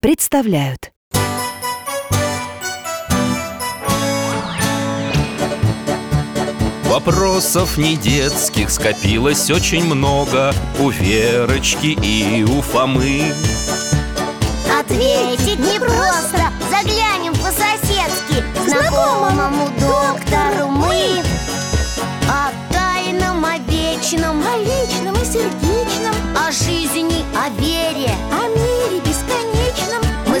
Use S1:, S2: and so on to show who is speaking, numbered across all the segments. S1: представляют
S2: Вопросов не детских скопилось очень много У Верочки и у Фомы
S3: Ответить непросто Заглянем по-соседски Знакомому доктору мы О тайном, о вечном
S4: О личном и сердечном,
S3: О жизни, о вере
S4: о мире бесконечном
S3: Мы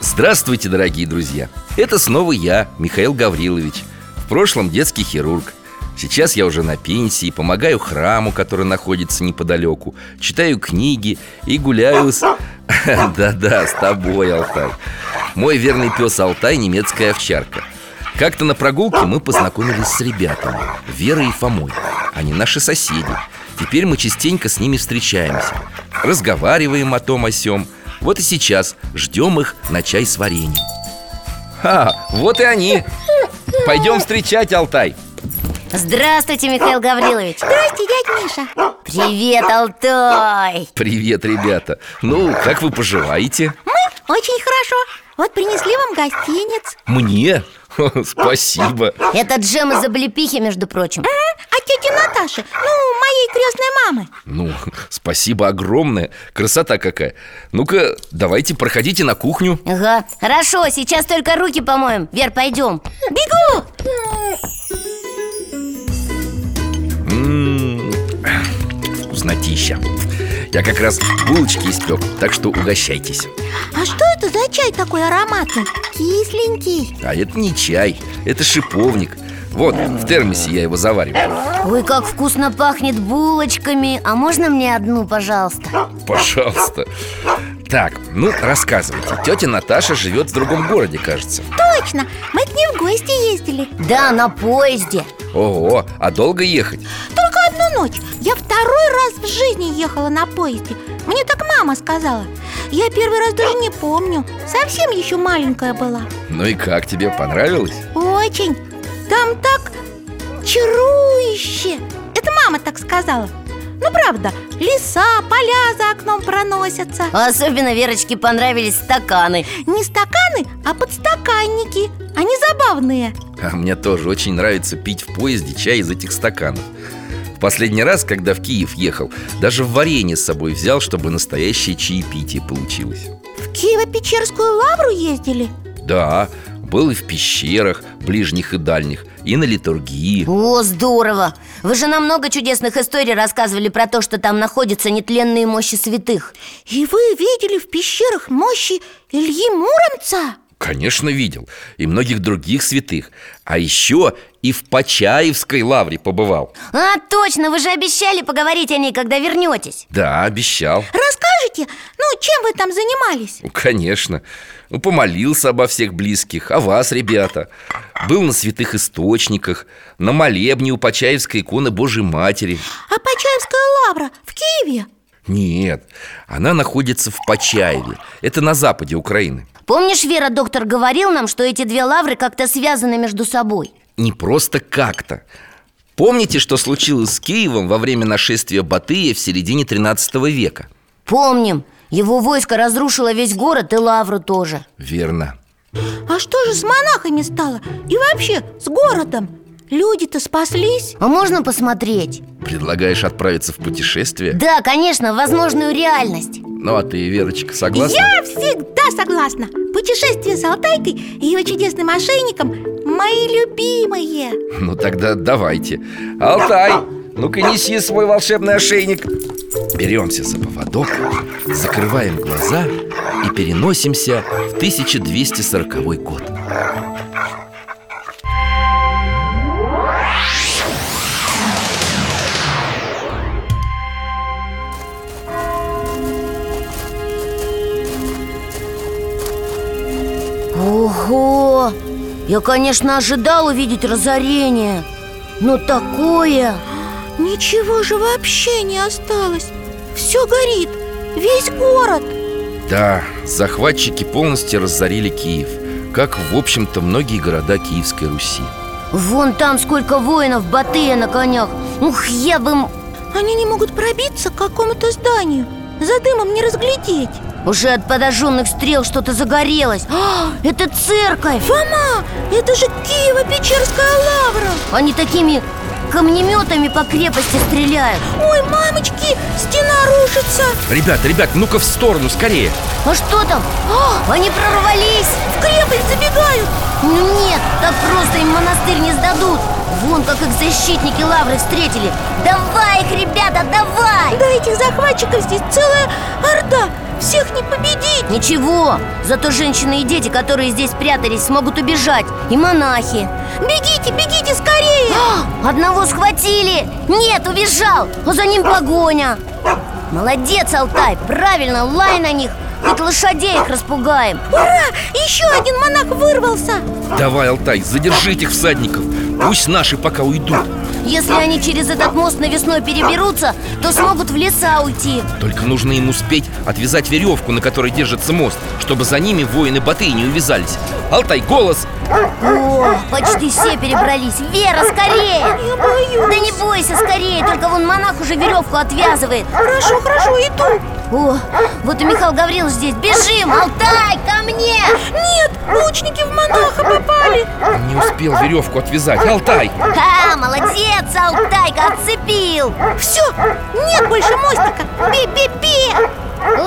S2: Здравствуйте, дорогие друзья! Это снова я, Михаил Гаврилович В прошлом детский хирург Сейчас я уже на пенсии, помогаю храму, который находится неподалеку Читаю книги и гуляю с... Да-да, с тобой, Алтай Мой верный пес Алтай – немецкая овчарка Как-то на прогулке мы познакомились с ребятами Верой и Фомой Они наши соседи Теперь мы частенько с ними встречаемся Разговариваем о том о сём Вот и сейчас ждем их на чай с вареньем Ха, вот и они Пойдем встречать, Алтай
S3: Здравствуйте, Михаил Гаврилович
S4: Здрасте, дядь Миша
S3: Привет, Алтай
S2: Привет, ребята Ну, как вы поживаете?
S4: Мы очень хорошо Вот принесли вам гостиниц
S2: Мне? Спасибо
S3: Это джем из облепихи, между прочим
S4: А тети Наташи, ну, моей крестной мамы
S2: Ну, спасибо огромное Красота какая Ну-ка, давайте, проходите на кухню
S3: Ага, хорошо, сейчас только руки помоем Вер, пойдем
S4: Бегу!
S2: М, Вкуснотища Я как раз булочки испек Так что угощайтесь
S4: А что это за чай такой ароматный? Кисленький
S2: А это не чай, это шиповник Вот, в термосе я его завариваю
S3: Ой, как вкусно пахнет булочками А можно мне одну, пожалуйста?
S2: Пожалуйста Так, ну, рассказывайте Тетя Наташа живет в другом городе, кажется
S4: Точно, мы к ней в гости ездили
S3: Да, на поезде
S2: Ого, а долго ехать?
S4: Только одну ночь Я второй раз в жизни ехала на поезде Мне так мама сказала Я первый раз даже не помню Совсем еще маленькая была
S2: Ну и как тебе, понравилось?
S4: Очень Там так чарующе Это мама так сказала Ну правда, леса, поля за окном проносятся
S3: А Особенно Верочке понравились стаканы
S4: Не стаканы, а подстаканники Они забавные
S2: А мне тоже очень нравится пить в поезде чай из этих стаканов. В последний раз, когда в Киев ехал, даже варенье с собой взял, чтобы настоящее чаепитие получилось.
S4: В Киево-Печерскую лавру ездили
S2: Да, был и в пещерах, ближних и дальних, и на литургии.
S3: О, здорово! Вы же нам много чудесных историй рассказывали про то, что там находятся нетленные мощи святых
S4: И вы видели в пещерах мощи Ильи Муромца?
S2: Конечно, видел. И многих других святых. А еще и в Почаевской лавре побывал.
S3: А, точно, вы же обещали поговорить о ней, когда вернетесь
S2: Да, обещал.
S4: Расскажите, ну, чем вы там занимались?
S2: Ну, конечно. Ну, помолился обо всех близких, о вас, ребята. Был на святых источниках, на молебне у Почаевской иконы Божьей Матери.
S4: А Почаевская лавра в Киеве?
S2: Нет, она находится в Почаеве. Это на западе Украины.
S3: Помнишь, Вера, доктор говорил нам, что эти две лавры как-то связаны между собой?
S2: Не просто как-то. Помните, что случилось с Киевом во время нашествия Батыя в середине 13 века?
S3: Помним, его войско разрушило весь город и лавру тоже
S2: Верно.
S4: А что же с монахами стало? И вообще, с городом? Люди-то спаслись?
S3: А можно посмотреть?
S2: Предлагаешь отправиться в путешествие?
S3: Да, конечно, возможную реальность
S2: Ну а ты, Верочка, согласна?
S4: Я всегда согласна. Путешествие с Алтайкой и его чудесным ошейником – мои любимые.
S2: Ну тогда давайте Алтай, ну-ка неси свой волшебный ошейник Беремся за поводок, закрываем глаза и переносимся в 1240 год
S3: Ого! Я, конечно, ожидал увидеть разорение Но такое...
S4: Ничего же вообще не осталось. Все горит, весь город.
S2: Да, захватчики полностью разорили Киев Как, в общем-то, многие города Киевской Руси
S3: Вон там сколько воинов Батыя на конях Ух, я бы... м-
S4: Они не могут пробиться к какому-то зданию. За дымом не разглядеть.
S3: Уже от подожженных стрел что-то загорелось А, Это церковь!
S4: Фома, это же Киево-Печерская лавра.
S3: Они такими камнеметами по крепости стреляют
S4: Ой, мамочки, стена рушится.
S2: Ребят, ребят, ну-ка в сторону, скорее
S3: А что там? А, Они прорвались!
S4: В крепость забегают.
S3: Ну нет, так просто им монастырь не сдадут Вон как их защитники лавры встретили Давай их, ребята, давай!
S4: Да этих захватчиков здесь целая орда. Всех не победить.
S3: Ничего, зато женщины и дети, которые здесь прятались, смогут убежать И монахи
S4: Бегите, бегите скорее.
S3: А, Одного схватили! Нет, убежал! А за ним погоня! Молодец, Алтай! Правильно, лай на них! Хоть лошадей их распугаем
S4: Ура, еще один монах вырвался.
S2: Давай, Алтай, задержи этих всадников Пусть наши пока уйдут
S3: Если они через этот мост навесной переберутся, то смогут в леса уйти
S2: Только нужно им успеть отвязать веревку, на которой держится мост Чтобы за ними воины Батыя не увязались Алтай, голос!
S3: О, почти все перебрались Вера, скорее!
S4: Я боюсь.
S3: Да не бойся, скорее, только вон монах уже веревку отвязывает
S4: Хорошо, хорошо, иду.
S3: О, вот и Михаил Гаврилович здесь Бежим, Алтай, ко мне!
S4: Нет, лучники в монаха попали.
S2: Он не успел веревку отвязать Алтай!
S3: Ха, молодец, Алтайка, отцепил
S4: Все, нет больше мостика. Пи-пи-пи.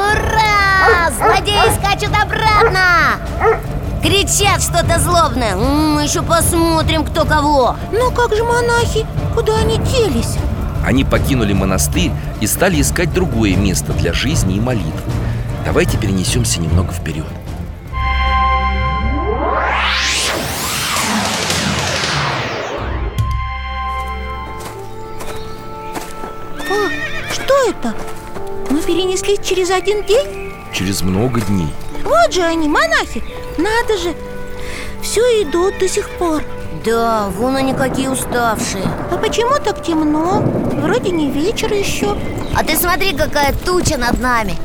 S3: Ура! Злодеи скачут обратно! Кричат что-то злобное Мы еще посмотрим, кто кого
S4: Но Ну как же монахи? Куда они делись?
S2: Они покинули монастырь и стали искать другое место для жизни и молитвы Давайте перенесемся немного вперед
S4: О, А, что это? Мы перенеслись через один день?
S2: Через много дней
S4: Вот же они, монахи. Надо же. Все идут до сих пор.
S3: Да, вон они какие уставшие
S4: А почему так темно? Вроде не вечер еще.
S3: А ты смотри, какая туча над нами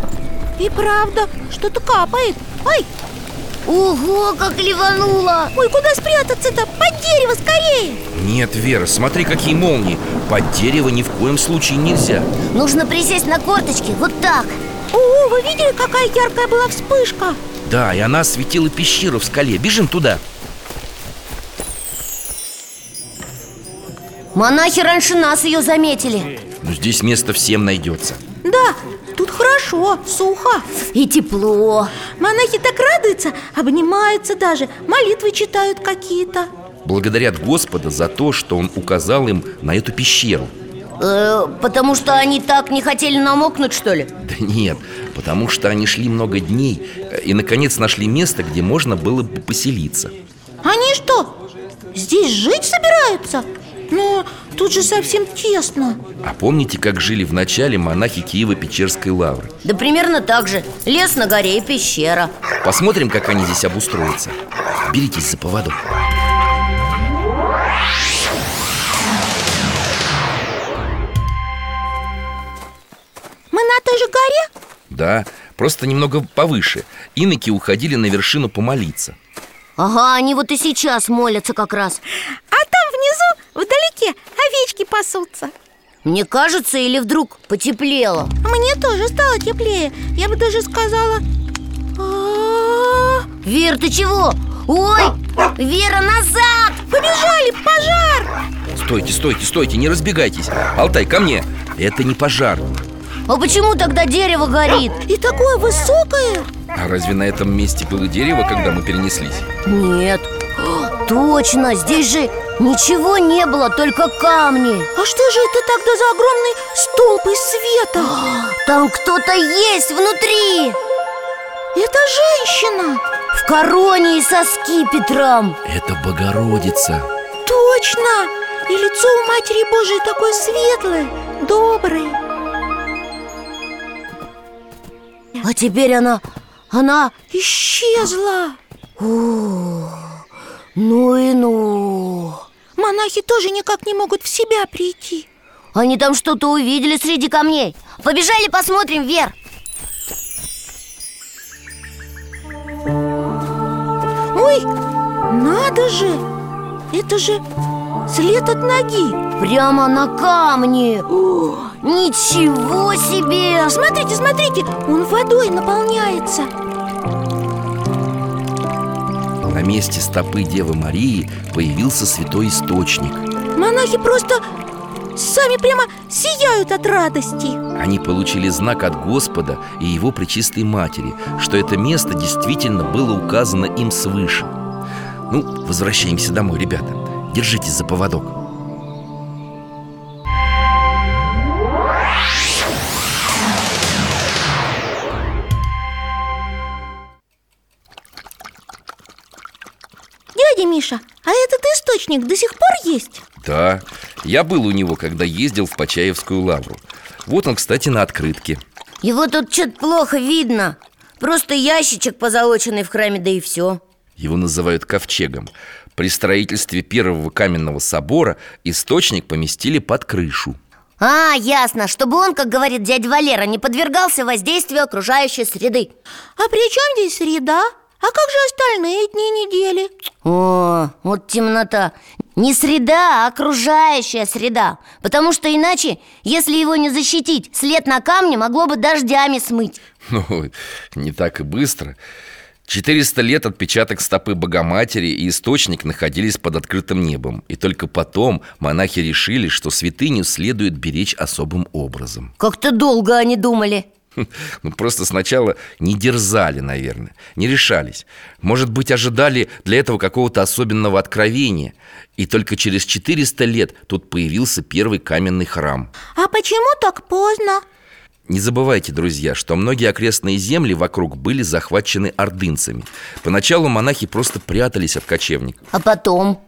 S4: И правда, что-то капает. Ой,
S3: Ого, как ливануло
S4: ой, куда спрятаться-то? Под дерево скорее.
S2: Нет, Вера, смотри, какие молнии Под дерево ни в коем случае нельзя
S3: Нужно присесть на корточки, вот так
S4: О, вы видели, какая яркая была вспышка?
S2: Да, и она осветила пещеру в скале Бежим туда
S3: Монахи раньше нас ее заметили
S2: Ну, здесь место всем найдется
S4: Да, тут хорошо, сухо.
S3: И тепло
S4: Монахи так радуются, обнимаются даже, молитвы читают какие-то.
S2: Благодарят Господа за то, что Он указал им на эту пещеру
S3: Э, Потому что они так не хотели намокнуть, что ли?
S2: Да нет, потому что они шли много дней э, и, наконец, нашли место, где можно было бы поселиться.
S4: Они что, здесь жить собираются? Но тут же совсем тесно.
S2: А помните, как жили в начале монахи Киева-Печерской лавры?
S3: Да примерно так же Лес на горе и пещера
S2: Посмотрим, как они здесь обустроятся. Беритесь за поводок.
S4: Мы на той же горе?
S2: Да, просто немного повыше. Иноки уходили на вершину помолиться.
S3: Ага, они вот и сейчас молятся как раз
S4: А там внизу, вдалеке, овечки пасутся.
S3: Мне кажется, или вдруг потеплело
S4: Мне тоже стало теплее. Я бы даже сказала... «А,
S3: Вер, ты чего? Ой, Вера, назад!
S4: Побежали, пожар!
S2: Стойте, стойте, стойте, не разбегайтесь. Алтай, ко мне. Это не пожар.
S3: А почему тогда дерево горит?
S4: И такое высокое
S2: А разве на этом месте было дерево, когда мы перенеслись?
S3: Нет О, Точно, здесь же ничего не было, только камни
S4: А что же это тогда за огромный столб из света?
S3: Там кто-то есть внутри
S4: Это женщина
S3: В короне и со скипетром
S2: Это Богородица
S4: Точно! И лицо у Матери Божией такое светлое, доброе
S3: А теперь она, она,
S4: Исчезла!
S3: ну и ну
S4: Монахи тоже никак не могут в себя прийти
S3: Они там что-то увидели среди камней Побежали посмотрим, Вер
S4: Ой, надо же! Это же след от ноги
S3: Прямо на камне Ничего себе!
S4: Смотрите, смотрите, он водой наполняется
S2: На месте стопы Девы Марии появился святой источник
S4: Монахи просто сами прямо сияют от радости
S2: Они получили знак от Господа и его Пречистой Матери Что это место действительно было указано им свыше Ну, возвращаемся домой, ребята Держитесь за поводок
S4: Дядя Миша, а этот источник до сих пор есть?
S2: Да, я был у него, когда ездил в Почаевскую лавру Вот он, кстати, на открытке
S3: Его тут что-то плохо видно Просто ящичек позолоченный в храме, да и все
S2: Его называют ковчегом. При строительстве первого каменного собора источник поместили под крышу.
S3: А, ясно, чтобы он, как говорит дядя Валера, не подвергался воздействию окружающей среды
S4: А при чем здесь среда? А как же остальные дни недели?
S3: О, вот темнота Не среда, а окружающая среда Потому что иначе, если его не защитить След на камне могло бы дождями смыть
S2: Ну, не так и быстро. 400 лет отпечаток стопы Богоматери и источник находились под открытым небом. И только потом монахи решили, что святыню следует беречь особым образом.
S3: Как-то долго они думали
S2: Ну, просто сначала не дерзали, наверное, не решались. Может быть, ожидали для этого какого-то особенного откровения. И только через 400 лет тут появился первый каменный храм.
S4: А почему так поздно?
S2: Не забывайте, друзья, что многие окрестные земли вокруг были захвачены ордынцами. Поначалу монахи просто прятались от кочевников.
S3: А потом?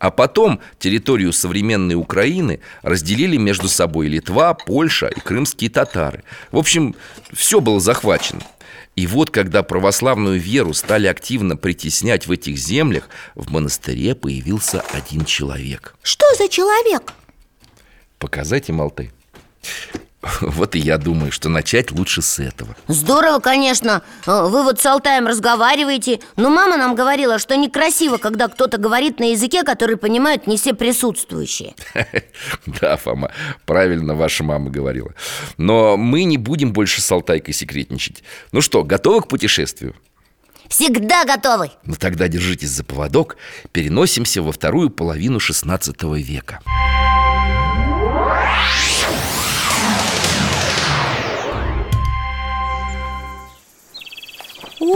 S2: А потом территорию современной Украины разделили между собой Литва, Польша и крымские татары. В общем, все было захвачено. И вот, когда православную веру стали активно притеснять в этих землях, в монастыре появился один человек.
S4: Что за человек?
S2: Показать им Алтай? Вот и я думаю, что начать лучше с этого.
S3: Здорово, конечно Э, Вы вот с Алтаем разговариваете Но мама нам говорила, что некрасиво, когда кто-то говорит на языке, который понимают не все присутствующие
S2: Да, Фома, правильно ваша мама говорила. Но мы не будем больше с Алтайкой секретничать. Ну что, готовы к путешествию?
S3: Всегда готовы
S2: Ну тогда держитесь за поводок, переносимся во вторую половину 16 века.
S4: О,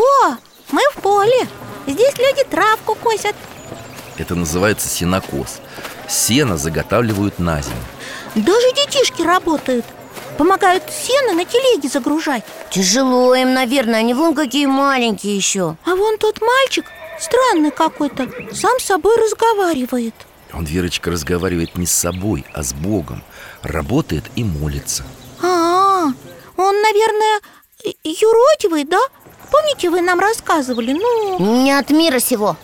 S4: мы в поле Здесь люди травку косят
S2: Это называется сенокос. Сено заготавливают на зиму.
S4: Даже детишки работают Помогают сено на телеге загружать
S3: Тяжело им, наверное, они вон какие маленькие еще
S4: А вон тот мальчик, странный какой-то Сам с собой разговаривает
S2: Он, Верочка, разговаривает не с собой, а с Богом. Работает и молится.
S4: А, он, наверное, и- юродивый, да? Помните, вы нам рассказывали? Ну,
S3: Не от мира сего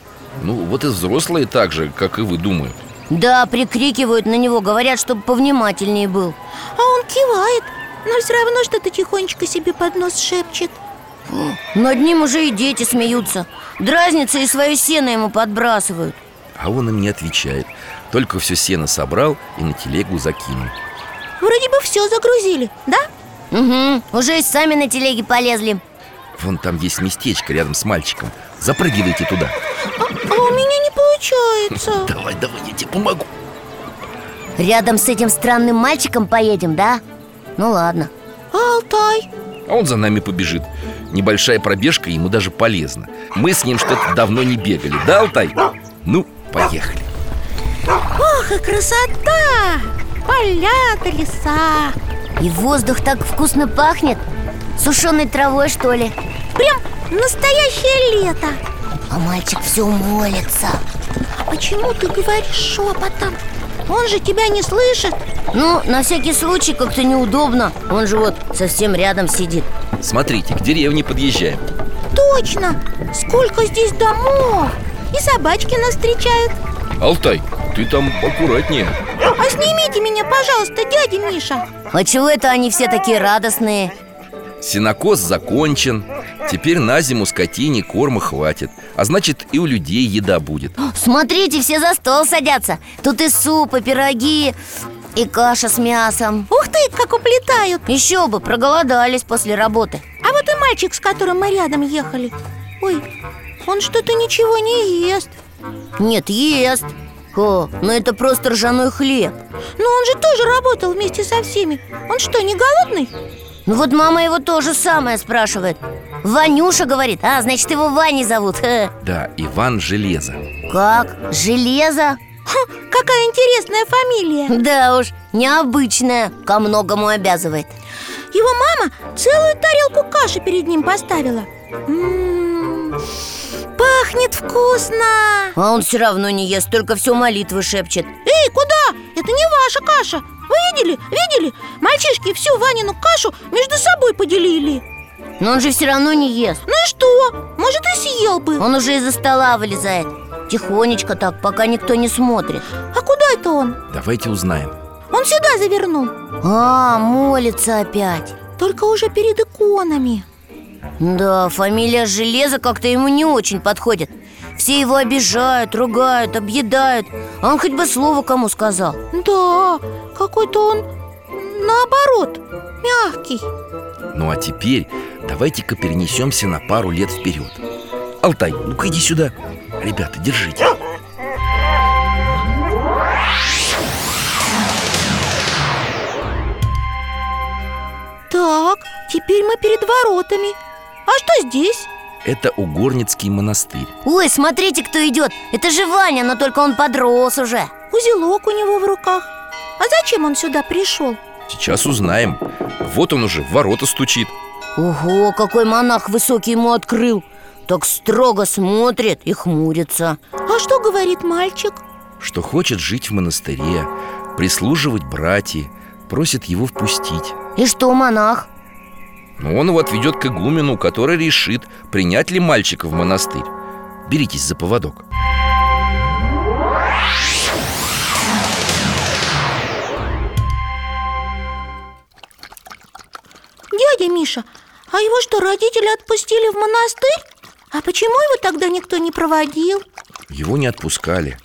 S2: Ну, вот и взрослые так же, как и вы, думают.
S3: Да, прикрикивают на него, говорят, чтобы повнимательнее был
S4: а он кивает Но все равно что-то тихонечко себе под нос шепчет
S3: Над ним уже и дети смеются Дразнятся и свое сено ему подбрасывают
S2: А он им не отвечает. Только все сено собрал и на телегу закинул.
S4: Вроде бы все загрузили, да?
S3: Угу, уже и сами на телеге полезли
S2: Вон там есть местечко рядом с мальчиком. Запрыгивайте туда.
S4: А, а у меня не получается
S2: Давай, давай, я тебе помогу.
S3: Рядом с этим странным мальчиком поедем, да? Ну ладно
S4: А Алтай?
S2: А он за нами побежит Небольшая пробежка ему даже полезна Мы с ним что-то давно не бегали, да, Алтай? Ну, поехали
S4: Ох, и красота! Поля да леса
S3: И воздух так вкусно пахнет Сушеной травой, что ли
S4: Прям настоящее лето
S3: А мальчик все молится
S4: А почему ты говоришь шепотом? Он же тебя не слышит
S3: Ну, на всякий случай как-то неудобно Он же вот совсем рядом сидит
S2: Смотрите, к деревне подъезжаем
S4: Точно! Сколько здесь домов! И собачки нас встречают
S2: Алтай, ты там аккуратнее
S4: А снимите меня, пожалуйста, дядя Миша
S3: А чего это они все такие радостные?
S2: Сенокос закончен Теперь на зиму скотине корма хватит А значит и у людей еда будет
S3: Смотрите, все за стол садятся Тут и суп, и пироги, и каша с мясом
S4: Ух ты, как уплетают
S3: Еще бы, проголодались после работы
S4: А вот и мальчик, с которым мы рядом ехали Ой, он что-то ничего не ест
S3: Нет, ест О, ну это просто ржаной хлеб
S4: Но он же тоже работал вместе со всеми Он что, не голодный?
S3: Ну вот мама его то же самое спрашивает Ванюша говорит, а, значит его Ваней зовут Хе.
S2: Да, Иван Железо
S3: Как? Железо?
S4: Ха, какая интересная фамилия
S3: Да уж, необычное, ко многому обязывает
S4: Его мама целую тарелку каши перед ним поставила М, Пахнет вкусно
S3: А он все равно не ест, только все молитвы шепчет
S4: Эй, куда? Это не ваша каша Вы видели? Видели? Мальчишки всю Ванину кашу между собой поделили
S3: Но он же все равно не ест
S4: Ну и что? Может, и съел бы
S3: Он уже из-за стола вылезает Тихонечко так, пока никто не смотрит
S4: А куда это он?
S2: Давайте узнаем
S4: Он сюда завернул
S3: А, молится опять
S4: Только уже перед иконами
S3: Да, фамилия Железо как-то ему не очень подходит Все его обижают, ругают, объедают А он хоть бы слово кому сказал
S4: Да, какой-то он наоборот Мягкий
S2: Ну а теперь давайте-ка перенесемся на пару лет вперед Алтай, ну-ка иди сюда Ребята, держите
S4: Так, теперь мы перед воротами А что здесь?
S2: Это Угорницкий монастырь
S3: Ой, смотрите, кто идет Это же Ваня, но только он подрос уже
S4: Узелок у него в руках А зачем он сюда пришел?
S2: Сейчас узнаем Вот он уже в ворота стучит
S3: Ого, какой монах высокий ему открыл Так строго смотрит и хмурится
S4: А что говорит мальчик?
S2: Что хочет жить в монастыре Прислуживать братья Просит его впустить
S3: И что, монах?
S2: Но он его отведет к игумену, который решит, принять ли мальчика в монастырь Беритесь за поводок
S4: Дядя Миша, а его что, родители отпустили в монастырь? А почему его тогда никто не проводил?
S2: Его не отпускали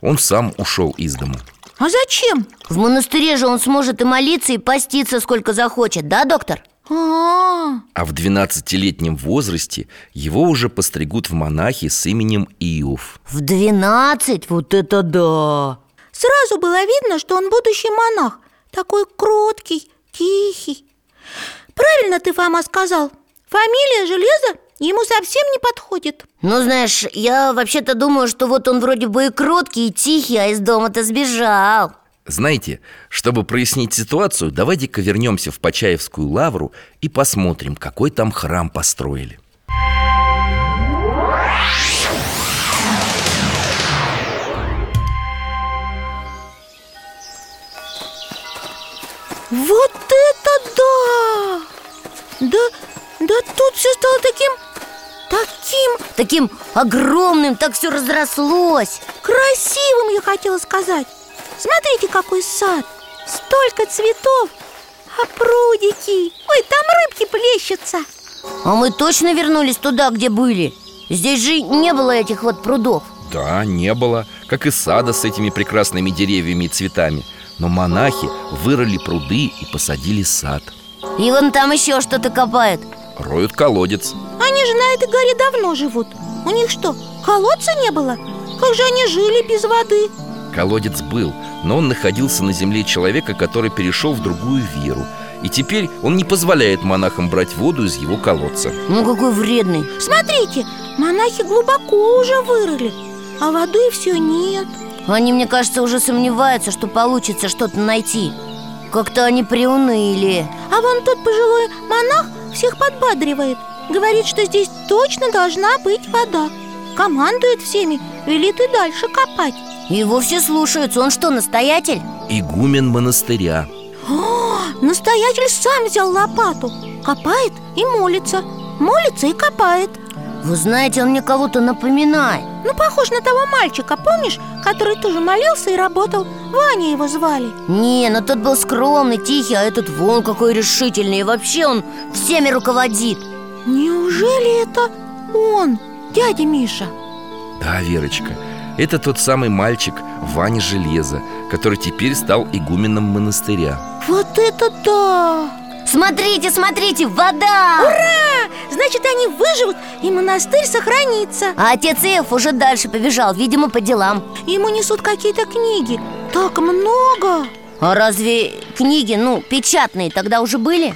S2: Он сам ушел из дому
S4: А зачем?
S3: В монастыре же он сможет и молиться, и поститься сколько захочет, да, доктор?
S4: А,
S2: А в 12-летнем возрасте его уже постригут в монахи с именем Иов
S3: В двенадцать? Вот это да!
S4: сразу было видно, что он будущий монах Такой кроткий, тихий Правильно ты, Фома, сказал Фамилия Железа ему совсем не подходит
S3: Ну, знаешь, я вообще-то думаю, что вот он вроде бы и кроткий, и тихий, а из дома-то сбежал
S2: Знаете, чтобы прояснить ситуацию, давайте-ка вернемся в Почаевскую лавру и посмотрим, какой там храм построили
S4: Вот это да! Да, да тут все стало таким, таким
S3: Таким огромным, так все разрослось
S4: красивым, я хотела сказать Смотрите, какой сад! Столько цветов! А прудики! Ой, там рыбки плещутся
S3: А мы точно вернулись туда, где были Здесь же не было этих вот прудов
S2: Да, не было, как и сада с этими прекрасными деревьями и цветами Но монахи вырыли пруды и посадили сад
S3: И вон там еще что-то копают
S2: Роют колодец
S4: Они же на этой горе давно живут У них что, колодца не было? Как же они жили без воды?
S2: Колодец был, но он находился на земле человека, который перешел в другую веру И теперь он не позволяет монахам брать воду из его колодца
S3: Ну какой вредный
S4: Смотрите, монахи глубоко уже вырыли, а воды все нет.
S3: Они, мне кажется, уже сомневаются, что получится что-то найти Как-то они приуныли
S4: А вон тот пожилой монах всех подбадривает Говорит, что здесь точно должна быть вода Командует всеми, велит и дальше копать
S3: Его все слушаются, он что, настоятель?
S2: Игумен монастыря
S4: О, А, настоятель сам взял лопату Копает и молится Молится и копает
S3: Вы знаете, он мне кого-то напоминает
S4: Ну, похож на того мальчика, помнишь? Который тоже молился и работал Ваня его звали
S3: Не, но тот был скромный, тихий, а этот вон какой решительный И вообще он всеми руководит
S4: Неужели это он, дядя Миша?
S2: Да, Верочка, это тот самый мальчик Ваня Железо Который теперь стал игуменом монастыря
S4: Вот это да!
S3: Смотрите, смотрите, вода!
S4: Ура! Значит, они выживут, и монастырь сохранится
S3: А отец Иов уже дальше побежал, видимо, по делам
S4: Ему несут какие-то книги Так много
S3: А разве книги, ну, печатные тогда уже были?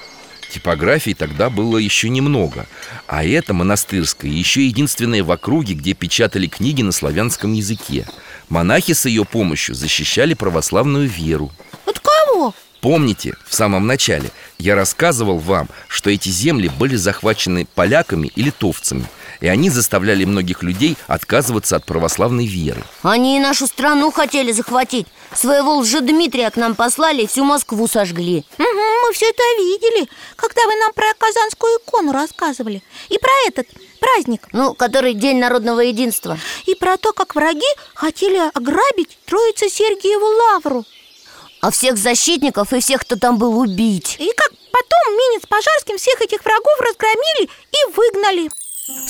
S2: Типографий тогда было еще немного А это монастырская еще единственная в округе, где печатали книги на славянском языке Монахи с ее помощью защищали православную веру
S4: От кого?
S2: Помните, в самом начале я рассказывал вам, что эти земли были захвачены поляками и литовцами И они заставляли многих людей отказываться от православной веры
S3: Они и нашу страну хотели захватить Своего лжедмитрия к нам послали и всю Москву сожгли
S4: Мгм, мы все это видели, когда вы нам про казанскую икону рассказывали И про этот праздник
S3: Ну, который День народного единства
S4: И про то, как враги хотели ограбить Троица Сергиеву лавру
S3: А всех защитников и всех, кто там был, убить
S4: И как потом Минин с Пожарским всех этих врагов разгромили и выгнали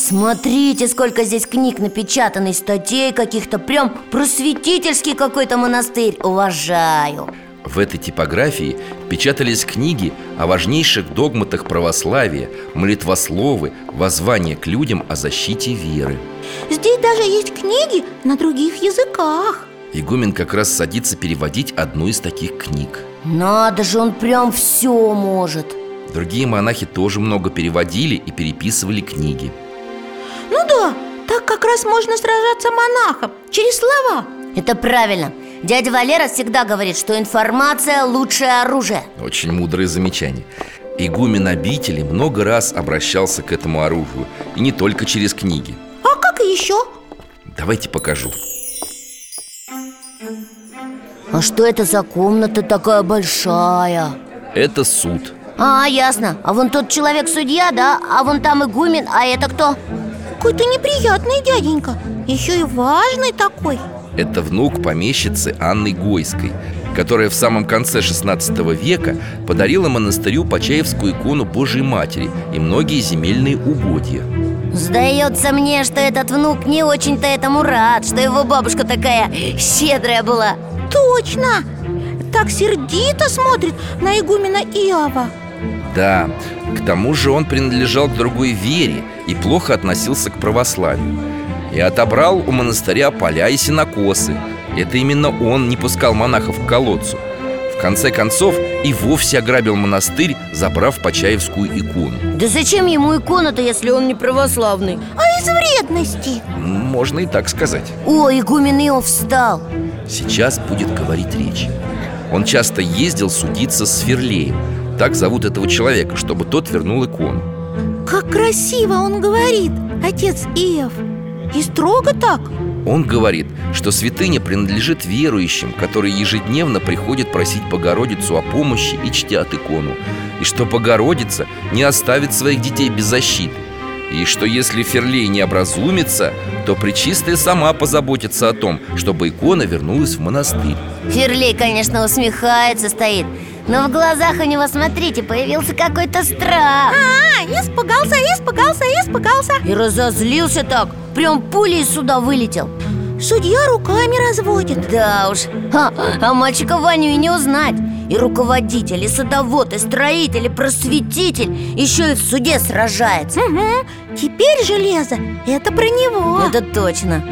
S3: Смотрите, сколько здесь книг напечатано и статей каких-то Прям просветительский какой-то монастырь Уважаю
S2: В этой типографии печатались книги о важнейших догматах православия, молитвословы, воззвания к людям о защите веры.
S4: Здесь даже есть книги на других языках
S2: Игумен как раз садится переводить одну из таких книг.
S3: Надо же, он прям все может
S2: Другие монахи тоже много переводили и переписывали книги.
S4: Ну да, так как раз можно сражаться монахом через слова.
S3: Это правильно Дядя Валера всегда говорит, что информация – лучшее оружие
S2: Очень мудрые замечания. Игумен обители много раз обращался к этому оружию, и не только через книги.
S4: А как еще?
S2: Давайте покажу.
S3: А что это за комната такая большая?
S2: Это суд.
S3: А, ясно. А вон тот человек судья, да? А вон там игумен, а это кто?
S4: Какой-то неприятный дяденька, еще и важный такой.
S2: Это внук помещицы Анны Гойской, которая в самом конце XVI века подарила монастырю Почаевскую икону Божьей Матери и многие земельные угодья.
S3: Сдается мне, что этот внук не очень-то этому рад, что его бабушка такая щедрая была.
S4: Точно! Так сердито смотрит на игумена Иова.
S2: Да, к тому же он принадлежал к другой вере и плохо относился к православию. И отобрал у монастыря поля и сенокосы. Это именно он не пускал монахов к колодцу. В конце концов и вовсе ограбил монастырь, забрав Почаевскую икону.
S3: Да зачем ему икона-то, если он не православный?
S4: А из вредности?
S2: Можно и так сказать.
S3: О, игумен Иов встал.
S2: Сейчас будет говорить речь Он часто ездил судиться с Сверлеем Так зовут этого человека, чтобы тот вернул икону
S4: Как красиво он говорит, отец Иов. И строго так.
S2: Он говорит, что святыня принадлежит верующим Которые ежедневно приходят просить Богородицу о помощи и чтят икону И что Богородица не оставит своих детей без защиты и что если Ферлей не образумится, то Пречистая сама позаботится о том, чтобы икона вернулась в монастырь
S3: Ферлей, конечно, усмехается, стоит. Но в глазах у него, смотрите, появился какой-то страх.
S4: А, испугался, испугался, испугался.
S3: И разозлился так, прям пулей сюда вылетел.
S4: Судья руками разводит.
S3: Да уж, а, а мальчика Ваню и не узнать И руководитель, и садовод, и строитель, и просветитель Еще и в суде сражается
S4: Мгм. Теперь железо. Это про него.
S3: Это точно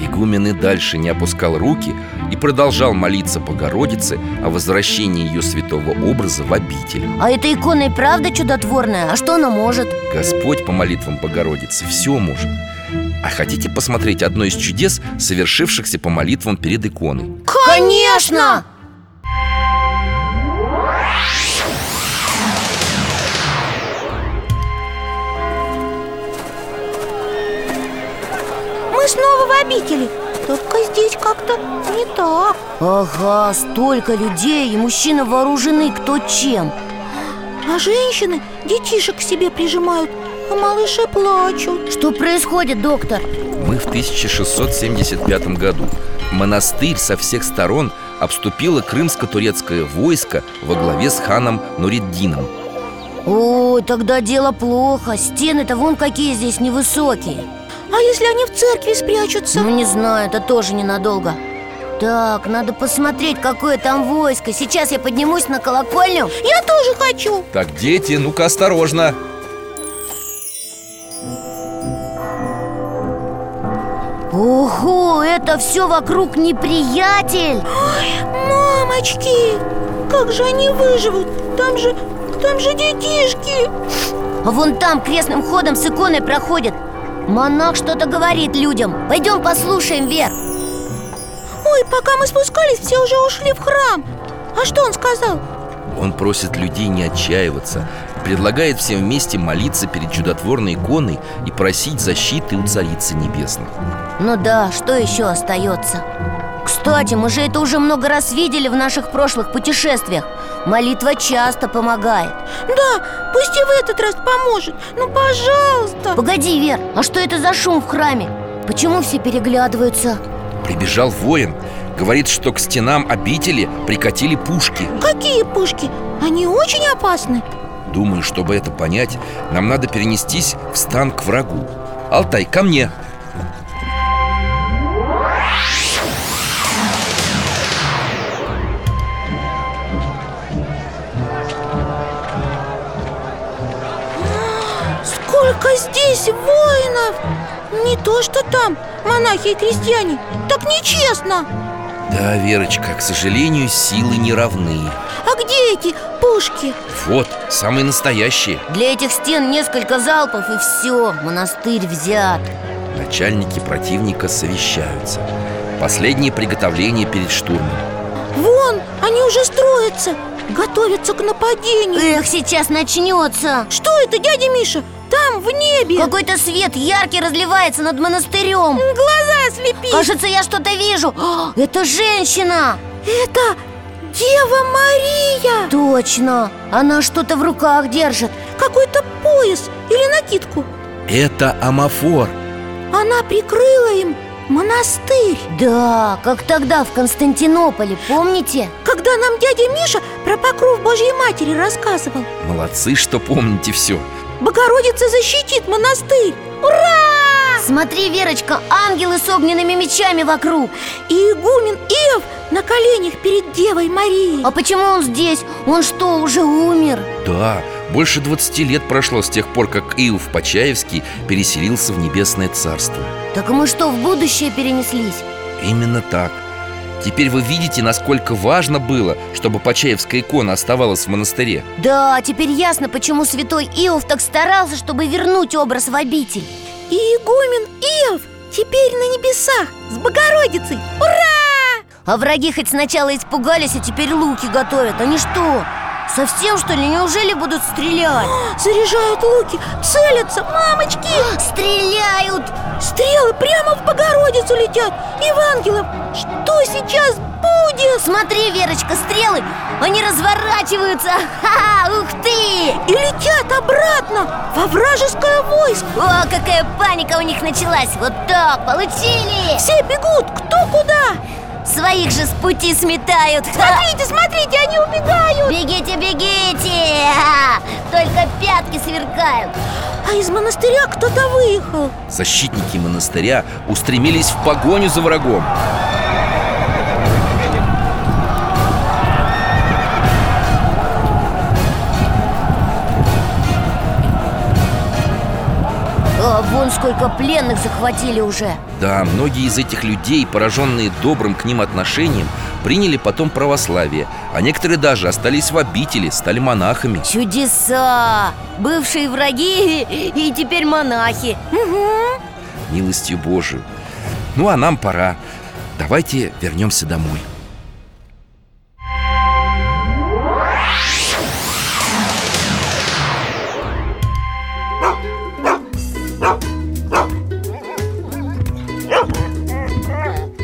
S2: Игумен игумен и дальше не опускал руки и продолжал молиться Богородице о возвращении ее святого образа в обитель.
S3: А эта икона и правда чудотворная? А что она может?
S2: Господь по молитвам Богородицы все может. А хотите посмотреть одно из чудес, совершившихся по молитвам перед иконой?
S3: Конечно!
S4: Мы снова в обители Только здесь как-то не так
S3: Ага, столько людей, и мужчины вооружены кто чем
S4: А женщины детишек к себе прижимают А малыши плачут
S3: Что происходит, доктор?
S2: Мы в 1675 году. Монастырь со всех сторон обступило крымско-турецкое войско во главе с ханом Нуриддином.
S3: Ой, тогда дело плохо Стены-то вон какие здесь невысокие
S4: А если они в церкви спрячутся?
S3: Ну, не знаю, это тоже ненадолго Так, надо посмотреть, какое там войско Сейчас я поднимусь на колокольню
S4: Я тоже хочу
S2: Так, дети, ну-ка осторожно!
S3: Ого, это все вокруг неприятель
S4: Мамочки, как же они выживут? Там же, там же детишки
S3: А вон там крестным ходом с иконой проходит Монах что-то говорит людям Пойдем послушаем, Вер
S4: Ой, пока мы спускались, все уже ушли в храм А что он сказал?
S2: Он просит людей не отчаиваться, предлагает всем вместе молиться перед чудотворной иконой и просить защиты у Царицы Небесной.
S3: Ну да, что еще остается? Кстати, мы же это уже много раз видели в наших прошлых путешествиях Молитва часто помогает
S4: Да, пусть и в этот раз поможет Ну, пожалуйста
S3: Погоди, Вер, а что это за шум в храме? Почему все переглядываются?
S2: Прибежал воин, говорит, что к стенам обители прикатили пушки.
S4: Какие пушки? Они очень опасны
S2: Думаю, чтобы это понять, нам надо перенестись в стан к врагу. Алтай, ко мне!
S4: Сколько здесь воинов! Не то, что там, монахи и крестьяне Так нечестно
S2: Да, Верочка, к сожалению, силы не равны.
S4: А где эти пушки?
S2: Вот, самые настоящие.
S3: Для этих стен несколько залпов и все, монастырь взят
S2: Начальники противника совещаются. Последние приготовления перед штурмом.
S4: Вон, они уже строятся Готовятся к нападению
S3: Эх, сейчас начнется
S4: Что это, дядя Миша? Там, в небе
S3: Какой-то свет яркий разливается над монастырем
S4: Глаза слепит
S3: Кажется, я что-то вижу А, Это женщина!
S4: Это Дева Мария
S3: Точно! Она что-то в руках держит
S4: Какой-то пояс или накидку
S2: Это амафор.
S4: Она прикрыла им монастырь
S3: Да, как тогда в Константинополе, помните?
S4: Когда нам дядя Миша про покров Божьей Матери рассказывал
S2: Молодцы, что помните все.
S4: Богородица защитит монастырь Ура!
S3: Смотри, Верочка, ангелы с огненными мечами вокруг
S4: И игумен Ив на коленях перед Девой Марией
S3: А почему он здесь? Он что, уже умер?
S2: Да, больше 20 лет прошло с тех пор, как Иов Почаевский переселился в Небесное Царство.
S3: Так мы что, в будущее перенеслись?
S2: Именно так. Теперь вы видите, насколько важно было, чтобы Почаевская икона оставалась в монастыре.
S3: Да, теперь ясно, почему святой Иов так старался, чтобы вернуть образ в обитель
S4: И игумен Ив теперь на небесах с Богородицей Ура!
S3: А враги хоть сначала испугались, а теперь луки готовят Они что, совсем что ли? Неужели будут стрелять?
S4: Заряжают луки, целятся, мамочки
S3: Стреляют!
S4: Стрелы прямо в Богородицу летят И в ангелов Что сейчас будет?
S3: Смотри, Верочка, стрелы, они разворачиваются Ха-ха, ух ты!
S4: И летят обратно во вражеское войско
S3: О, какая паника у них началась! Вот так, получили!
S4: Все бегут, кто куда
S3: Своих же с пути сметают! Ха!
S4: Смотрите, смотрите, они убегают
S3: Бегите, бегите! Ха! Только пятки сверкают!
S4: А из монастыря кто-то выехал
S2: Защитники монастыря устремились в погоню за врагом.
S3: О, Вон сколько пленных захватили уже
S2: Да, многие из этих людей, пораженные добрым к ним отношением, приняли потом православие, а некоторые даже остались в обители, стали монахами.
S3: Чудеса! Бывшие враги и теперь монахи
S2: Милостью Божию. Ну а нам пора. Давайте вернемся домой.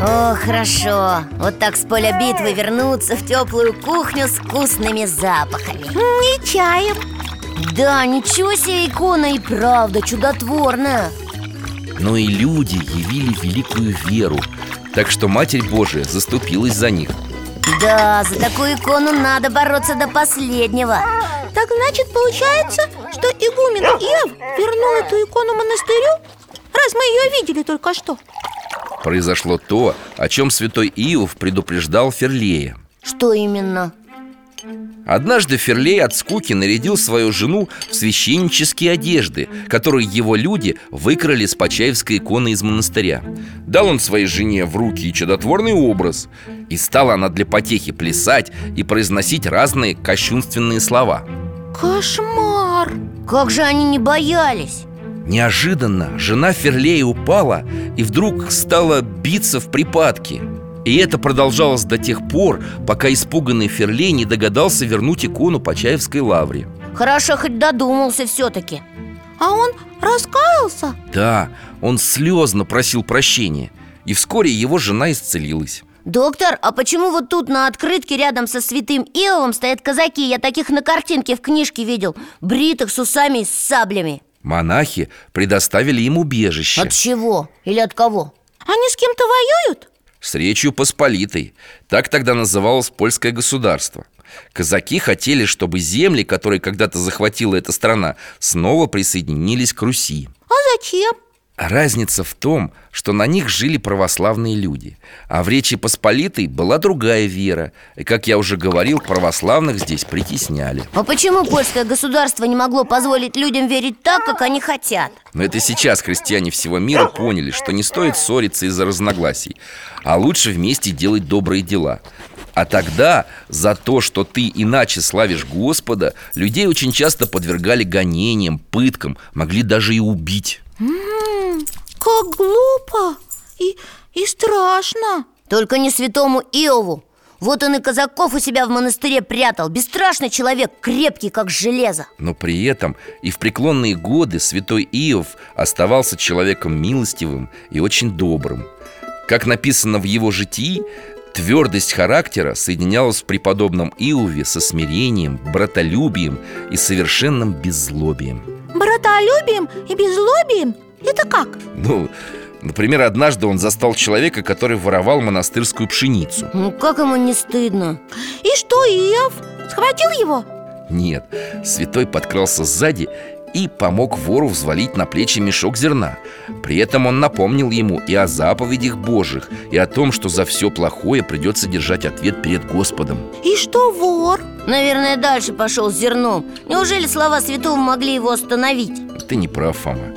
S3: О, хорошо Вот так с поля битвы вернуться в теплую кухню с вкусными запахами
S4: М, И чаем
S3: Да, ничего себе икона и правда чудотворная
S2: Но и люди явили великую веру, так что Матерь Божия заступилась за них.
S3: Да, за такую икону надо бороться до последнего
S4: Так значит, получается, что игумен Ев вернул эту икону монастырю? Раз мы ее видели только что
S2: Произошло то, о чем святой Иов предупреждал Ферлея.
S3: Что именно?
S2: Однажды Ферлей от скуки нарядил свою жену в священнические одежды, которые его люди выкрали с Почаевской иконы из монастыря. Дал он своей жене в руки чудотворный образ, и стала она для потехи плясать и произносить разные кощунственные слова.
S4: Кошмар
S3: Как же они не боялись?
S2: Неожиданно жена Ферлея упала и вдруг стала биться в припадке. И это продолжалось до тех пор, пока испуганный Ферлей не догадался вернуть икону Почаевской лавре.
S3: Хорошо, хоть додумался все-таки
S4: А он раскаялся?
S2: Да, он слезно просил прощения И вскоре его жена исцелилась
S3: Доктор, а почему вот тут на открытке рядом со святым Иовом стоят казаки? Я таких на картинке в книжке видел Бритых с усами и с саблями
S2: Монахи предоставили им убежище
S3: От чего? Или от кого?
S4: Они с кем-то воюют?
S2: С Речью Посполитой Так тогда называлось польское государство Казаки хотели, чтобы земли, которые когда-то захватила эта страна Снова присоединились к Руси
S4: А зачем?
S2: А Разница в том, что на них жили православные люди А в Речи Посполитой была другая вера И, как я уже говорил, православных здесь притесняли
S3: А почему польское государство не могло позволить людям верить так, как они хотят?
S2: Но это сейчас христиане всего мира поняли, что не стоит ссориться из-за разногласий, а лучше вместе делать добрые дела. А тогда за то, что ты иначе славишь Господа, людей очень часто подвергали гонениям, пыткам, могли даже и убить.
S4: М, Как глупо и, и страшно
S3: Только не святому Иову Вот он и казаков у себя в монастыре прятал Бесстрашный человек, крепкий, как железо
S2: Но при этом и в преклонные годы святой Иов оставался человеком милостивым и очень добрым. Как написано в его житии, твердость характера соединялась в преподобном Иове со смирением, братолюбием и совершенным беззлобием.
S4: Братолюбием и беззлобием? Это как?
S2: Ну, например, однажды он застал человека, который воровал монастырскую пшеницу.
S3: Ну как ему не стыдно?
S4: И что, Иов? Схватил его?
S2: Нет, святой подкрался сзади и помог вору взвалить на плечи мешок зерна. При этом он напомнил ему и о заповедях Божьих, и о том, что за все плохое придется держать ответ перед Господом.
S4: И что вор?
S3: Наверное, дальше пошел с зерном Неужели слова святого могли его остановить?
S2: Ты не прав, Фома.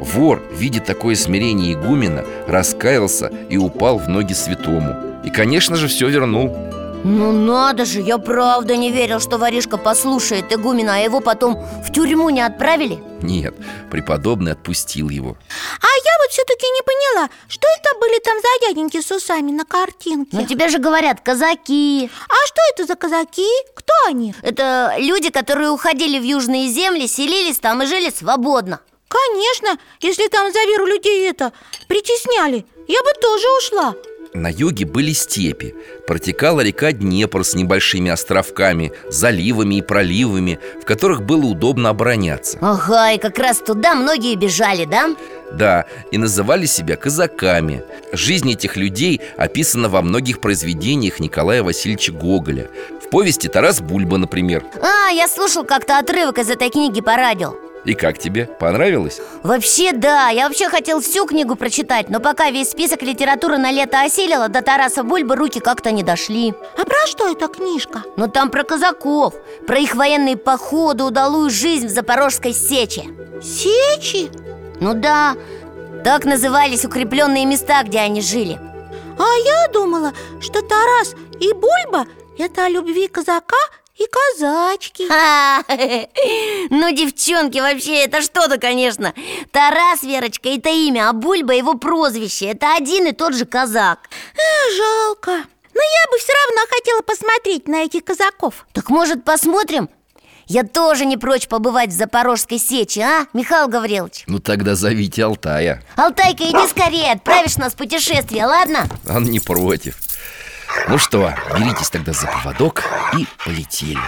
S2: Вор, видя такое смирение игумена, раскаялся и упал в ноги святому. И, конечно же, все вернул.
S3: Ну надо же, я правда не верил, что воришка послушает игумена, а его потом в тюрьму не отправили?
S2: Нет, преподобный отпустил его.
S4: А я вот все-таки не поняла, что это были там за дяденьки с усами на картинке?
S3: Но тебе же говорят, казаки
S4: А что это за казаки? Кто они?
S3: Это люди, которые уходили в южные земли, селились там и жили свободно
S4: Конечно, если там за веру людей это притесняли, я бы тоже ушла.
S2: На юге были степи Протекала река Днепр с небольшими островками, заливами и проливами В которых было удобно обороняться
S3: Ага, и как раз туда многие бежали, да?
S2: Да, и называли себя казаками Жизнь этих людей описана во многих произведениях Николая Васильевича Гоголя В повести «Тарас Бульба», например
S3: А, я слушал как-то отрывок из этой книги по радио
S2: И как тебе? Понравилось?
S3: Вообще, да, я вообще хотел всю книгу прочитать Но пока весь список литературы на лето осилила До Тараса Бульбы руки как-то не дошли
S4: А про что эта книжка?
S3: Но там про казаков, про их военные походы, удалую жизнь в Запорожской сече
S4: Сечи?
S3: Ну да, так назывались укрепленные места, где они жили
S4: А я думала, что Тарас и Бульба – это о любви казака и казачки
S3: Ха! Ну, девчонки, вообще, это что-то, конечно Тарас, Верочка, это имя, а Бульба его прозвище Это один и тот же казак
S4: Э, Жалко Но я бы все равно хотела посмотреть на этих казаков
S3: Так, может, посмотрим? Я тоже не прочь побывать в Запорожской сече, а, Михаил Гаврилович?
S2: Ну тогда зовите Алтая
S3: Алтайка, иди скорее, отправишь нас в путешествие, ладно?
S2: А Он не против Ну что, беритесь тогда за поводок и полетели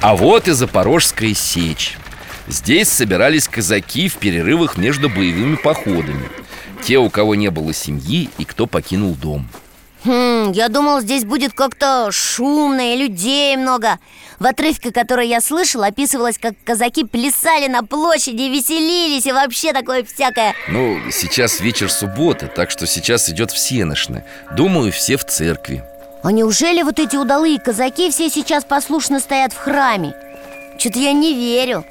S2: А вот и Запорожская сечь Здесь собирались казаки в перерывах между боевыми походами Те, у кого не было семьи и кто покинул дом
S3: Хм, я думал, здесь будет как-то шумно и людей много В отрывке, который я слышал, описывалось, как казаки плясали на площади, веселились и вообще такое всякое
S2: Ну, сейчас вечер субботы, так что сейчас идет всеношная Думаю, все в церкви
S3: А неужели вот эти удалые казаки все сейчас послушно стоят в храме? Что-то я не верю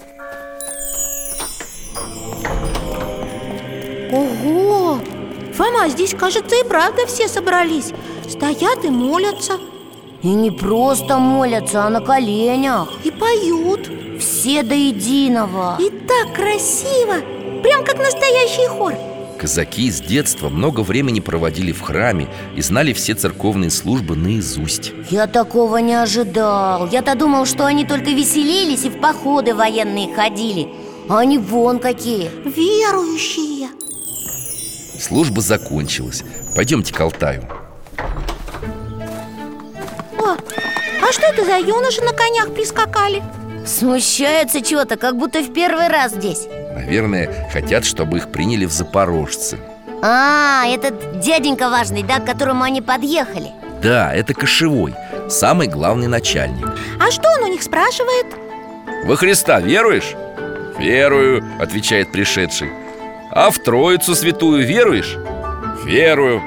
S4: Ого! Фома, здесь, кажется, и правда все собрались Стоят и молятся,
S3: И не просто молятся, а на коленях
S4: и поют
S3: Все до единого
S4: И так красиво! Прям как настоящий хор
S2: Казаки с детства много времени проводили в храме И знали все церковные службы наизусть
S3: Я такого не ожидал Я-то думал, что они только веселились и в походы военные ходили А они вон какие
S4: Верующие
S2: Служба закончилась Пойдемте к Алтаю
S4: О, а что это за юноши на конях прискакали?
S3: Смущаются чего-то, как будто в первый раз здесь
S2: Наверное, хотят, чтобы их приняли в запорожцы
S3: А, этот дяденька важный, да, к которому они подъехали
S2: Да, это Кошевой, самый главный начальник
S4: А что он у них спрашивает?
S2: Во Христа веруешь? Верую, отвечает пришедший А в Троицу Святую веруешь? Верую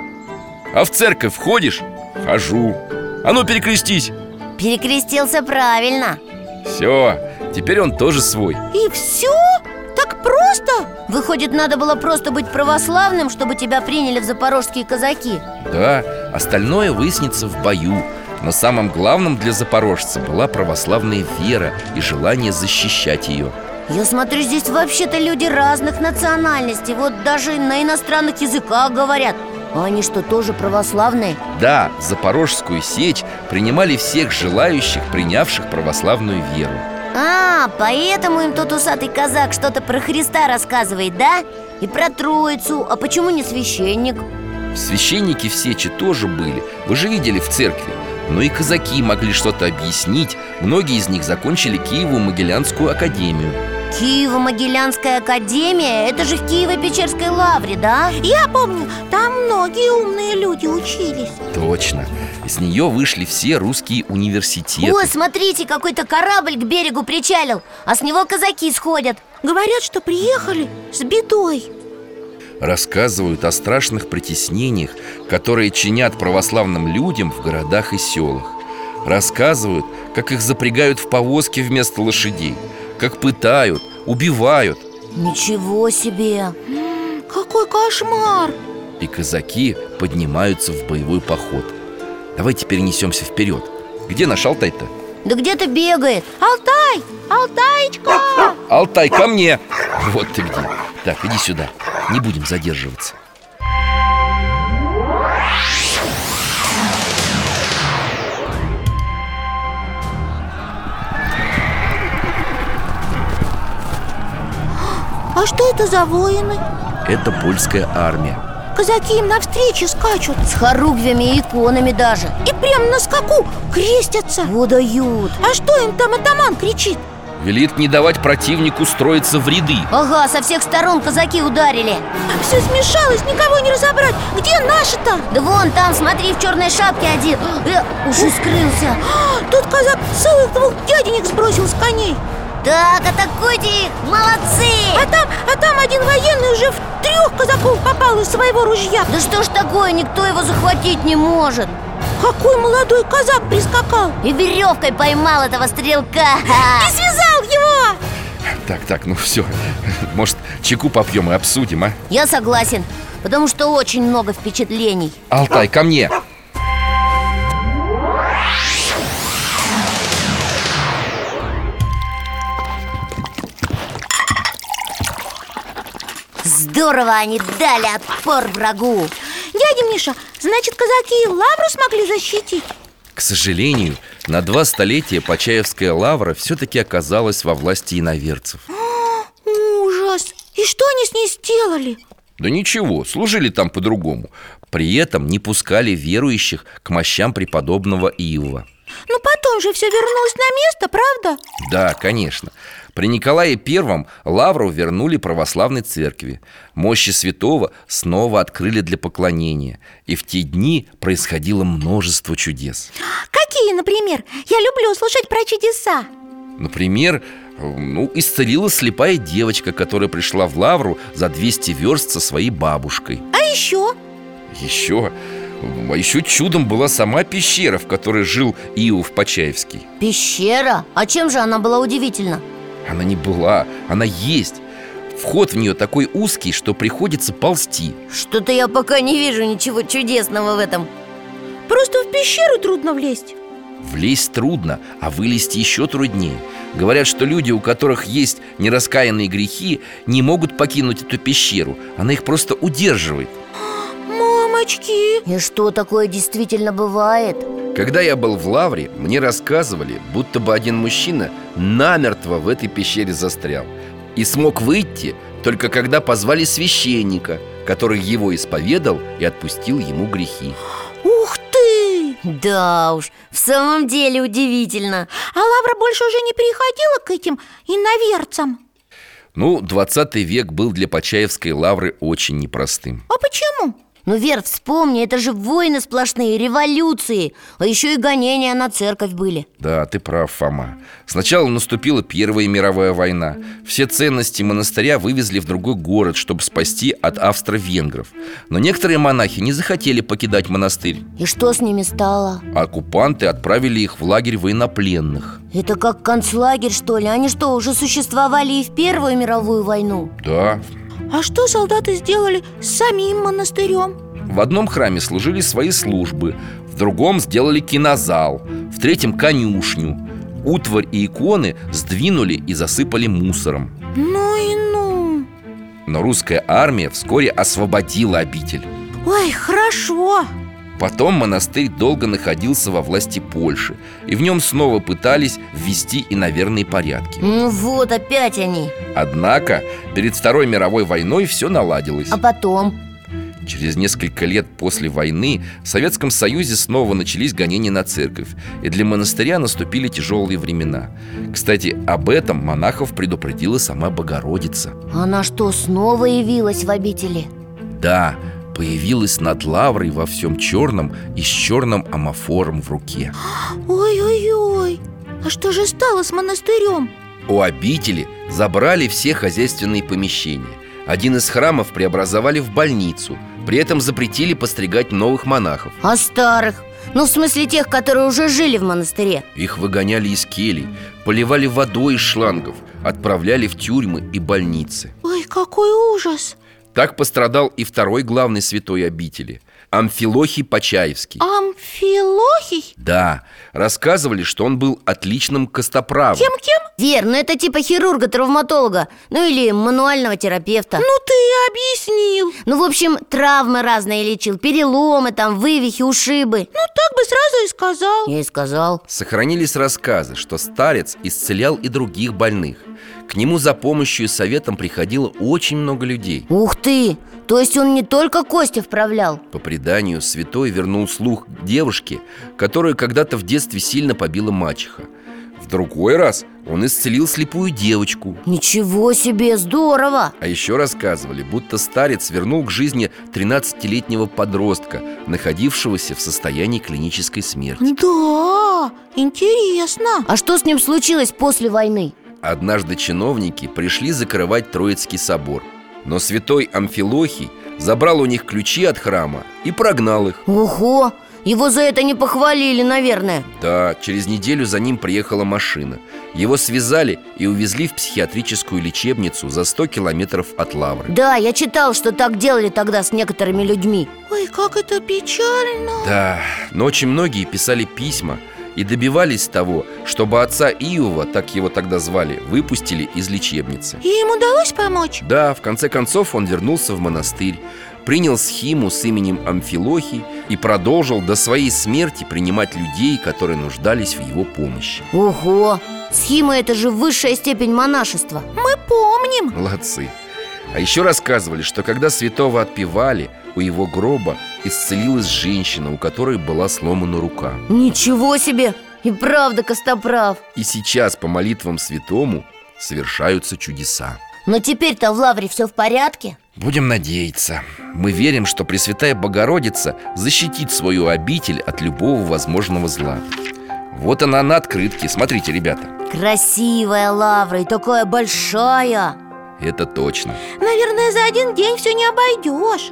S2: А в церковь входишь? Хожу А ну перекрестись
S3: Перекрестился правильно
S2: Все, теперь он тоже свой
S4: И все? Так просто?
S3: Выходит, надо было просто быть православным, чтобы тебя приняли в запорожские казаки
S2: Да, остальное выяснится в бою Но самым главным для запорожца была православная вера и желание защищать ее
S3: Я смотрю, здесь вообще-то люди разных национальностей Вот даже на иностранных языках говорят А они что, тоже православные?
S2: Да, в Запорожскую сечь принимали всех желающих, принявших православную веру
S3: А, поэтому им тот усатый казак что-то про Христа рассказывает, да? И про Троицу, а почему не священник?
S2: Священники в Сечи тоже были, вы же видели в церкви Но и казаки могли что-то объяснить Многие из них закончили Киево-Могилянскую академию
S3: Киево-Могилянская академия, это же в Киево-Печерской лавре, да?
S4: Я помню, там многие умные люди учились
S2: Точно, из нее вышли все русские университеты
S3: О, смотрите, какой-то корабль к берегу причалил, а с него казаки сходят
S4: Говорят, что приехали с бедой
S2: Рассказывают о страшных притеснениях, которые чинят православным людям в городах и селах Рассказывают, как их запрягают в повозки вместо лошадей Как пытают, убивают
S3: Ничего себе!
S4: М, Какой кошмар!
S2: и казаки поднимаются в боевой поход. Давайте перенесемся вперед. Где наш Алтай-то?
S3: Да где-то бегает
S4: Алтай! Алтаечка!
S2: Алтай, ко мне! Вот ты где. Так, иди сюда. Не будем задерживаться.
S4: А что это за воины?
S2: Это польская армия.
S4: Казаки им навстречу скачут
S3: С хоругвями и иконами даже
S4: И прям на скаку крестятся
S3: Во дают
S4: А что им там атаман кричит?
S2: Велит не давать противнику строиться в ряды.
S3: Ага, со всех сторон казаки ударили
S4: Все смешалось, никого не разобрать Где наши-то?
S3: Да вон там, смотри, в черной шапке один Э, уже скрылся
S4: А, Тут казак целых двух дяденек сбросил с коней
S3: Так, атакуйте их! Молодцы!
S4: А там, а там один военный уже в трех казаков попал из своего ружья
S3: Да что ж такое, никто его захватить не может
S4: Какой молодой казак прискакал
S3: И веревкой поймал этого стрелка
S4: И связал его
S2: Так, так, ну все Может, чеку попьем и обсудим, а?
S3: Я согласен, потому что очень много впечатлений
S2: Алтай, ко мне
S3: Здорово они дали отпор врагу
S4: Дядя Миша, значит, казаки лавру смогли защитить?
S2: К сожалению, на два столетия Почаевская лавра все-таки оказалась во власти иноверцев
S4: Ужас! И что они с ней сделали?
S2: Да ничего, служили там по-другому При этом не пускали верующих к мощам преподобного Иова
S4: Ну потом же все вернулось на место, правда?
S2: Да, конечно. При Николае Первом лавру вернули православной церкви. Мощи святого снова открыли для поклонения. И в те дни происходило множество чудес.
S4: Какие, например? Я люблю слушать про чудеса
S2: Например, э, ну, исцелила слепая девочка, которая пришла в лавру за 200 верст со своей бабушкой.
S4: А еще?
S2: Еще, м, а еще чудом была сама пещера, в которой жил Иов Почаевский.
S3: Пещера? А чем же она была удивительна?
S2: Она не была, она есть. Вход в нее такой узкий, что приходится ползти.
S3: Что-то я пока не вижу ничего чудесного в этом
S4: Просто в пещеру трудно влезть
S2: Влезть трудно, а вылезти еще труднее. Говорят, что люди, у которых есть нераскаянные грехи, не могут покинуть эту пещеру. Она их просто удерживает.
S4: Мамочки!
S3: И что такое действительно бывает?
S2: Когда я был в Лавре, мне рассказывали, будто бы один мужчина намертво в этой пещере застрял и смог выйти только когда позвали священника, который его исповедал и отпустил ему грехи.
S4: Ух ты!
S3: Да уж, в самом деле удивительно
S4: А лавра больше уже не переходила к этим иноверцам
S2: Ну, 20 век был для Почаевской лавры очень непростым.
S4: А почему?
S3: Ну, Вер, вспомни, это же войны сплошные, революции А еще и гонения на церковь были
S2: Да, ты прав, Фома. Сначала наступила Первая мировая война. Все ценности монастыря вывезли в другой город, чтобы спасти от австро-венгров. Но некоторые монахи не захотели покидать монастырь.
S3: И что с ними стало?
S2: а Оккупанты отправили их в лагерь военнопленных.
S3: Это как концлагерь, что ли? Они что, уже существовали и в Первую мировую войну?
S2: Да.
S4: А что солдаты сделали с самим монастырем?
S2: В одном храме служили свои службы, в другом сделали кинозал, в третьем – конюшню. Утварь и иконы сдвинули и засыпали мусором.
S4: Ну и ну
S2: Но русская армия вскоре освободила обитель.
S4: Ой, хорошо
S2: Потом монастырь долго находился во власти Польши, и в нем снова пытались ввести иноверные порядки.
S3: Ну вот, опять они
S2: Однако перед Второй мировой войной все наладилось.
S3: А потом?
S2: Через несколько лет после войны в Советском Союзе снова начались гонения на церковь, и для монастыря наступили тяжелые времена. Кстати, об этом монахов предупредила сама Богородица.
S3: Она что, снова явилась в обители?
S2: Да, появилась над лаврой во всем черном и с черным амофором в руке.
S4: Ой-ой-ой А что же стало с монастырем?
S2: У обители забрали все хозяйственные помещения. Один из храмов преобразовали в больницу, при этом запретили постригать новых монахов.
S3: А старых? Ну, в смысле тех, которые уже жили в монастыре
S2: Их выгоняли из келей, поливали водой из шлангов, отправляли в тюрьмы и больницы.
S4: Ой, какой ужас
S2: Так пострадал и второй главный святой обители – Амфилохий Почаевский.
S4: Амфилохий?
S2: Да, рассказывали, что он был отличным костоправом.
S4: Кем-кем?
S3: Вер, ну это типа хирурга-травматолога Ну или мануального терапевта
S4: Ну ты и объяснил
S3: Ну, в общем, травмы разные лечил Переломы там, вывихи, ушибы
S4: Ну так бы сразу и сказал
S3: Я и сказал
S2: Сохранились рассказы, что старец исцелял и других больных. К нему за помощью и советом приходило очень много людей.
S3: Ух ты! То есть он не только кости вправлял
S2: По преданию, святой вернул слух девушке, которую когда-то в детстве сильно побила мачеха. В другой раз он исцелил слепую девочку.
S3: Ничего себе, здорово!
S2: А еще рассказывали, будто старец вернул к жизни 13-летнего подростка, находившегося в состоянии клинической смерти.
S4: Да, интересно
S3: А что с ним случилось после войны?
S2: Однажды чиновники пришли закрывать Троицкий собор Но святой Амфилохий забрал у них ключи от храма и прогнал их
S3: Ого, его за это не похвалили, наверное
S2: Да, через неделю за ним приехала машина Его связали и увезли в психиатрическую лечебницу за 100 километров от Лавры
S3: Да, я читал, что так делали тогда с некоторыми людьми
S4: Ой, как это печально
S2: Да, но очень многие писали письма и добивались того, чтобы отца Иова, так его тогда звали, выпустили из лечебницы
S4: И им удалось помочь?
S2: Да, в конце концов он вернулся в монастырь, принял схиму с именем Амфилохий и продолжил до своей смерти принимать людей, которые нуждались в его помощи.
S3: Ого, схима это же высшая степень монашества
S4: Мы помним
S2: Молодцы. А еще рассказывали, что когда святого отпевали, у его гроба исцелилась женщина, у которой была сломана рука.
S3: Ничего себе, и правда Костоправ
S2: И сейчас по молитвам святому совершаются чудеса.
S3: Но теперь-то в Лавре все в порядке
S2: Будем надеяться. Мы верим, что Пресвятая Богородица защитит свою обитель от любого возможного зла. Вот она на открытке. Смотрите, ребята.
S3: Красивая Лавра и такая большая
S2: Это точно.
S4: Наверное, за один день все не обойдешь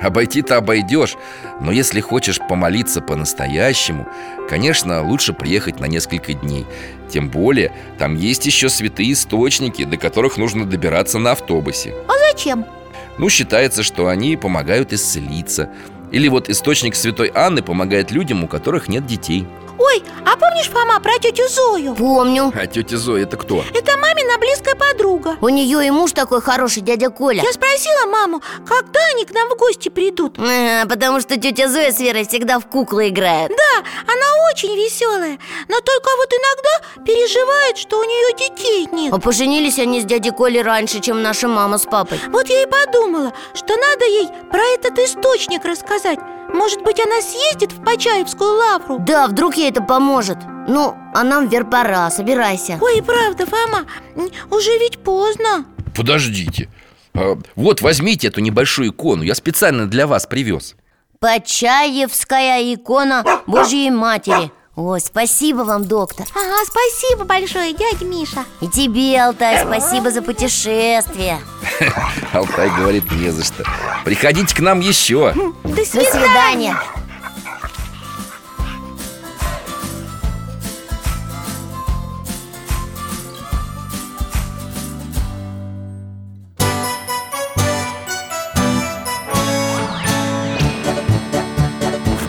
S2: Обойти-то обойдешь, но если хочешь помолиться по-настоящему, конечно, лучше приехать на несколько дней. Тем более, там есть еще святые источники, до которых нужно добираться на автобусе.
S4: А зачем?
S2: Ну, считается, что они помогают исцелиться. Или вот источник святой Анны помогает людям, у которых нет детей.
S4: Ой, а помнишь, Фома, про тетю Зою?
S3: Помню,
S2: А тетя Зоя это кто?
S4: Это мамина близкая подруга
S3: у нее и муж такой хороший, дядя Коля
S4: Я спросила маму, когда они к нам в гости придут
S3: А, Потому что тетя Зоя с Верой всегда в куклы играет
S4: Да, она очень веселая Но только вот иногда переживает, что у нее детей нет
S3: А поженились они с дядей Колей раньше, чем наша мама с папой
S4: Вот я и подумала, что надо ей про этот источник рассказать Может быть, она съездит в Почаевскую лавру
S3: Да, вдруг ей это поможет Ну, а нам, Вер, пора, собирайся
S4: Ой, и правда, Фома, м, уже ведь поздно
S2: Подождите. А, Вот, возьмите эту небольшую икону. Я специально для вас привез.
S3: Почаевская икона Божьей Матери Ой, спасибо вам, доктор
S4: Ага, спасибо большое, дядя Миша
S3: И тебе, Алтай, спасибо за путешествие
S2: Алтай говорит, не за что. Приходите к нам еще.
S4: До
S3: До
S4: свидания
S3: свидания
S2: В